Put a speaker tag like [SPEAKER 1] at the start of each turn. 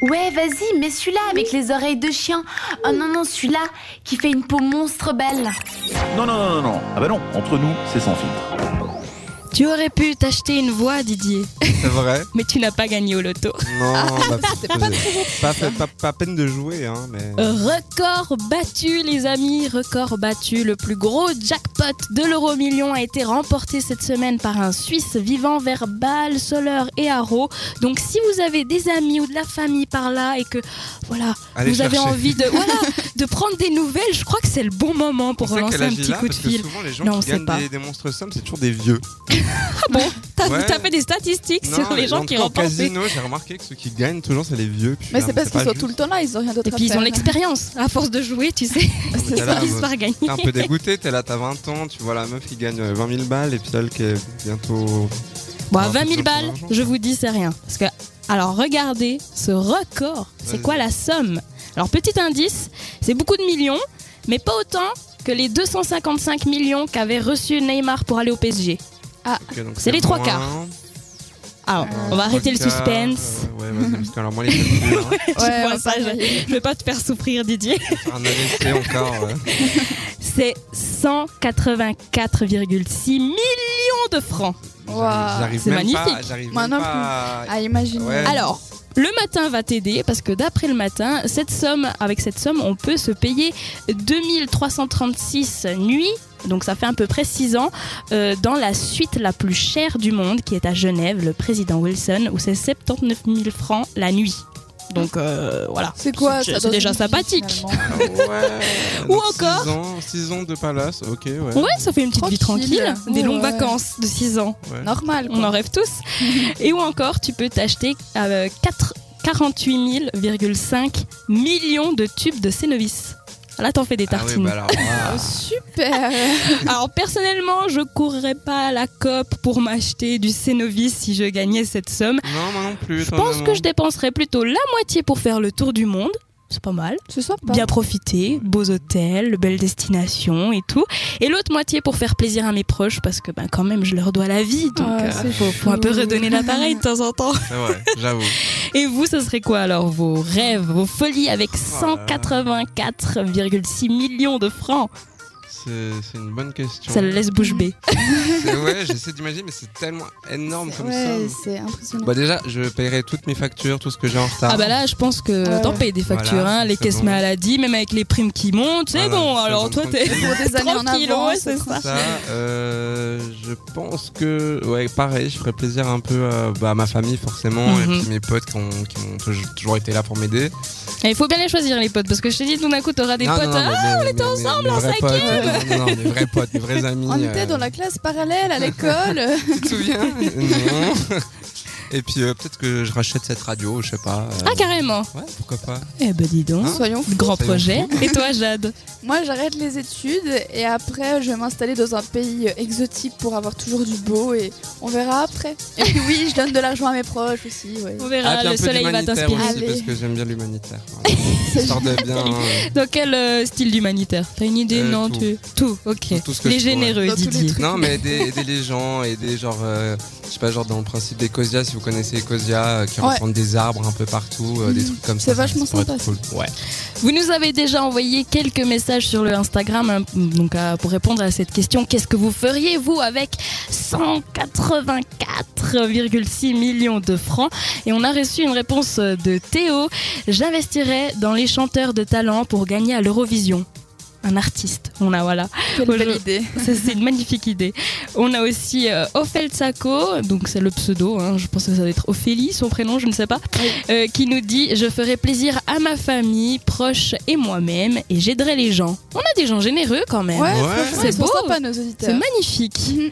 [SPEAKER 1] Ouais, vas-y, mets celui-là avec les oreilles de chien. Oh non, non, celui-là qui fait une peau monstre belle.
[SPEAKER 2] Non, non, non, non, non. Ah bah non, entre nous, c'est sans filtre.
[SPEAKER 3] Tu aurais pu t'acheter une voix, Didier,
[SPEAKER 4] C'est vrai
[SPEAKER 3] mais tu n'as pas gagné au loto.
[SPEAKER 4] Non, bah, pas, fait- pas- pas peine de jouer, hein, mais.
[SPEAKER 3] Euh, Record battu, les amis, record battu. Le plus gros jackpot de l'euro million a été remporté cette semaine par un Suisse vivant vers Bâle, Soleure et Haro. Donc, si vous avez des amis ou de la famille par là et que voilà,
[SPEAKER 4] Allez
[SPEAKER 3] vous avez
[SPEAKER 4] chercher.
[SPEAKER 3] envie de, voilà, de prendre des nouvelles, je crois que c'est le bon moment pour
[SPEAKER 4] On sait
[SPEAKER 3] relancer
[SPEAKER 4] quel
[SPEAKER 3] un
[SPEAKER 4] âge il
[SPEAKER 3] petit
[SPEAKER 4] a,
[SPEAKER 3] coup de
[SPEAKER 4] parce que
[SPEAKER 3] fil.
[SPEAKER 4] Souvent, les gens
[SPEAKER 3] Non, on
[SPEAKER 4] qui
[SPEAKER 3] sait
[SPEAKER 4] gagnent
[SPEAKER 3] pas.
[SPEAKER 4] des, des monstres sommes, c'est toujours des vieux.
[SPEAKER 3] T'as
[SPEAKER 4] Ouais.
[SPEAKER 3] t'as fait des statistiques sur
[SPEAKER 4] Non,
[SPEAKER 3] les gens
[SPEAKER 4] en
[SPEAKER 3] qui
[SPEAKER 4] tout cas, au
[SPEAKER 3] remportent. des-
[SPEAKER 4] casino, j'ai remarqué que ceux qui gagnent toujours, Hein, c'est les vieux. puis
[SPEAKER 5] Mais
[SPEAKER 4] là,
[SPEAKER 5] c'est parce qu'ils
[SPEAKER 4] pas
[SPEAKER 5] sont
[SPEAKER 4] juste.
[SPEAKER 5] tout le temps là, ils ont rien d'autre
[SPEAKER 3] Et
[SPEAKER 5] à
[SPEAKER 3] puis ils ont
[SPEAKER 5] faire.
[SPEAKER 3] l'expérience. À force de jouer, tu sais,
[SPEAKER 5] C'est
[SPEAKER 4] T'es
[SPEAKER 5] ça.
[SPEAKER 4] là,
[SPEAKER 3] ils se
[SPEAKER 4] euh,
[SPEAKER 3] par gagner.
[SPEAKER 4] t'es un peu dégoûté, t'es là, t'as 20 ans, tu vois la meuf qui gagne euh, 20 000 balles et puis elle qui est bientôt.
[SPEAKER 3] Bon, à
[SPEAKER 4] Un peu
[SPEAKER 3] 20 000
[SPEAKER 4] plus
[SPEAKER 3] balles,
[SPEAKER 4] d'argent.
[SPEAKER 3] je vous dis, c'est rien. Parce que, alors regardez ce record. C'est
[SPEAKER 4] Vas-y.
[SPEAKER 3] quoi la somme Alors, petit indice, c'est beaucoup de millions, mais pas autant que les 255 millions qu'avait reçu Neymar pour aller au PSG.
[SPEAKER 4] Ok, donc
[SPEAKER 3] C'est les trois
[SPEAKER 4] moins,
[SPEAKER 3] quarts. Alors, on va
[SPEAKER 4] trois
[SPEAKER 3] arrêter le
[SPEAKER 4] quarts,
[SPEAKER 3] suspense.
[SPEAKER 4] euh, ouais, vas-y, parce que alors moi, les calculs, hein,
[SPEAKER 3] Je
[SPEAKER 5] Ouais,
[SPEAKER 3] vois
[SPEAKER 5] ouais,
[SPEAKER 3] pas,
[SPEAKER 5] pareil.
[SPEAKER 3] je- je vais pas te faire souffrir, Didier.
[SPEAKER 4] faire un AVC encore. ouais.
[SPEAKER 3] C'est 184,6 millions de francs.
[SPEAKER 5] Waouh,
[SPEAKER 4] J'arrive
[SPEAKER 3] c'est
[SPEAKER 4] même pas.
[SPEAKER 3] magnifique.
[SPEAKER 4] J'arrive
[SPEAKER 5] Moi
[SPEAKER 4] même
[SPEAKER 5] non
[SPEAKER 4] pas. à-
[SPEAKER 5] Ah, imagine.
[SPEAKER 4] Ouais.
[SPEAKER 3] Alors, le matin va t'aider parce que d'après le matin, cette somme, avec cette somme, on peut se payer 2336 nuits. Donc ça fait à peu près 6 ans euh, dans la suite la plus chère du monde qui est à Genève, le président Wilson, où c'est 79 000 francs la nuit. Donc euh, voilà.
[SPEAKER 5] C'est quoi
[SPEAKER 3] C'est-
[SPEAKER 5] ça
[SPEAKER 3] c'est
[SPEAKER 5] dans
[SPEAKER 3] déjà
[SPEAKER 5] une vie,
[SPEAKER 3] sympathique.
[SPEAKER 5] finalement
[SPEAKER 4] Ah ouais.
[SPEAKER 3] Ou
[SPEAKER 4] Donc,
[SPEAKER 3] encore-
[SPEAKER 4] six ans, 6 ans de palace, ok, ouais.
[SPEAKER 3] Ouais, ça fait une petite vie
[SPEAKER 5] Tranquille.
[SPEAKER 3] tranquille, des
[SPEAKER 5] Ouais,
[SPEAKER 3] longues
[SPEAKER 5] ouais.
[SPEAKER 3] vacances de 6 ans.
[SPEAKER 4] ouais.
[SPEAKER 5] Normal.
[SPEAKER 3] On
[SPEAKER 5] Quoi.
[SPEAKER 3] en rêve tous. Et ou encore, tu peux t'acheter euh, 4 48,5 millions de tubes de Cénovis. Là, t'en fais des
[SPEAKER 4] Ah oui,
[SPEAKER 3] tartines.
[SPEAKER 4] bah alors, waouh.
[SPEAKER 5] Super.
[SPEAKER 3] Alors, personnellement, je courrais pas à la COP pour m'acheter du Cénovis si je gagnais cette somme.
[SPEAKER 4] Non, moi non plus.
[SPEAKER 3] Je pense que je dépenserais plutôt la moitié pour faire le tour du monde. C'est pas mal.
[SPEAKER 5] C'est sympa.
[SPEAKER 3] Bien profiter, beaux hôtels, belles destinations et tout. Et l'autre moitié pour faire plaisir à mes proches parce que ben, quand même, je leur dois la vie. Donc,
[SPEAKER 5] Ah,
[SPEAKER 3] euh,
[SPEAKER 5] c'est
[SPEAKER 3] faut, faut un peu
[SPEAKER 5] chou.
[SPEAKER 3] redonner l'appareil de temps en temps.
[SPEAKER 4] C'est vrai, Ah j'avoue.
[SPEAKER 3] Et vous, ce serait quoi alors vos rêves, vos folies avec
[SPEAKER 4] Oh là là.
[SPEAKER 3] 184,6 millions de francs
[SPEAKER 4] C'est c'est une bonne question.
[SPEAKER 3] Ça le laisse bouche bée.
[SPEAKER 4] C'est- Ouais, j'essaie d'imaginer, mais c'est tellement énorme comme
[SPEAKER 3] hein.
[SPEAKER 5] Ouais,
[SPEAKER 4] ça.
[SPEAKER 5] c'est impressionnant.
[SPEAKER 4] Bah déjà, je paierai toutes mes factures, tout ce que j'ai en retard.
[SPEAKER 3] Ah bah là, je pense que
[SPEAKER 5] Ouais.
[SPEAKER 3] t'en payes des factures,
[SPEAKER 4] Voilà,
[SPEAKER 3] hein, les
[SPEAKER 4] c'est
[SPEAKER 3] caisses
[SPEAKER 4] bon.
[SPEAKER 3] maladie, même avec les primes qui montent, c'est
[SPEAKER 4] Voilà,
[SPEAKER 3] bon.
[SPEAKER 4] c'est
[SPEAKER 3] Alors
[SPEAKER 4] bon,
[SPEAKER 3] toi, t'es
[SPEAKER 4] tranquille.
[SPEAKER 5] Pour des années en
[SPEAKER 3] tranquille, ouais,
[SPEAKER 5] avance.
[SPEAKER 3] c'est ça.
[SPEAKER 4] Ça, euh, je pense que ouais, pareil, je ferais plaisir un peu euh, bah, à ma famille forcément et
[SPEAKER 3] Mhm.
[SPEAKER 4] puis mes potes qui ont, qui ont tou- toujours été là pour m'aider.
[SPEAKER 3] Et Eh, Il faut bien les choisir les potes, parce que je t'ai dit tout d'un coup, t'auras des
[SPEAKER 4] Non,
[SPEAKER 3] potes.
[SPEAKER 4] non, non,
[SPEAKER 3] hein.
[SPEAKER 4] mais- mais- mais-
[SPEAKER 3] ensemble
[SPEAKER 4] mes
[SPEAKER 3] en
[SPEAKER 4] vrais potes, Non, non, non, mes vrais potes, mes vrais amis.
[SPEAKER 5] On
[SPEAKER 4] euh, Hein
[SPEAKER 5] était dans la classe parallèle à l'école.
[SPEAKER 4] Tu te souviens Non. Et puis euh, peut-être que je rachète cette radio, je sais pas. euh,
[SPEAKER 3] Ah carrément.
[SPEAKER 4] Ouais, pourquoi pas.
[SPEAKER 3] Eh ben dis donc.
[SPEAKER 4] Hein
[SPEAKER 5] Soyons fous.
[SPEAKER 3] Grand
[SPEAKER 4] Ça y est, on
[SPEAKER 3] projet. Et toi, Jade
[SPEAKER 5] Moi, j'arrête les études et après, je vais m'installer dans un pays exotique pour avoir toujours du beau et on verra après. Et puis oui, je donne de l'argent à mes proches aussi. ouais.
[SPEAKER 3] On
[SPEAKER 4] Ah,
[SPEAKER 3] verra,
[SPEAKER 4] puis
[SPEAKER 3] le
[SPEAKER 4] un peu
[SPEAKER 3] soleil va
[SPEAKER 4] d'humanitaire
[SPEAKER 3] t'inspirer.
[SPEAKER 4] aussi,
[SPEAKER 5] Allez.
[SPEAKER 4] parce que j'aime bien l'humanitaire. Voilà. Histoire de bien. euh,
[SPEAKER 3] Dans quel euh, style d'humanitaire T'as une idée
[SPEAKER 4] Euh,
[SPEAKER 3] Non,
[SPEAKER 4] tout.
[SPEAKER 3] tu. Tout, ok.
[SPEAKER 4] Tout ce que
[SPEAKER 3] les
[SPEAKER 4] je peux, ouais.
[SPEAKER 3] généreux,
[SPEAKER 5] Dans tous les
[SPEAKER 3] Didier.
[SPEAKER 5] trucs.
[SPEAKER 4] Non, mais aider, aider les gens, aider genre, euh, je sais pas, genre dans le principe d'Ecosia, si vous connaissez Ecosia, euh, qui
[SPEAKER 5] Ouais.
[SPEAKER 4] rencontre des arbres un peu partout, euh, des trucs comme ça.
[SPEAKER 5] C'est vachement
[SPEAKER 4] ça pourrait
[SPEAKER 5] sympa,
[SPEAKER 4] être Cool. Ouais.
[SPEAKER 3] Vous nous avez déjà envoyé quelques messages sur le Instagram hein, donc euh, pour répondre à cette question. Qu'est-ce que vous feriez vous avec 184,6 millions de francs Et on a reçu une réponse euh, de Théo. J'investirais dans les chanteurs de talent pour gagner à l'Eurovision. Un artiste, on a voilà.
[SPEAKER 5] Quelle belle
[SPEAKER 3] Bonjour.
[SPEAKER 5] idée.
[SPEAKER 3] Ça, C'est une magnifique idée. On a aussi euh, Ophel Sacco, donc c'est le pseudo, hein, je pense que ça va être Ophélie, son prénom, je ne sais pas, euh, qui nous dit Je ferai plaisir à ma famille, proches et moi-même, et j'aiderai les gens. On a des gens généreux quand même.
[SPEAKER 5] Ouais,
[SPEAKER 4] Ouais.
[SPEAKER 5] franchement,
[SPEAKER 3] C'est
[SPEAKER 5] ils sont
[SPEAKER 3] beau.
[SPEAKER 5] sympas nos
[SPEAKER 3] C'est
[SPEAKER 5] auditeurs.
[SPEAKER 3] magnifique.
[SPEAKER 5] Mhm.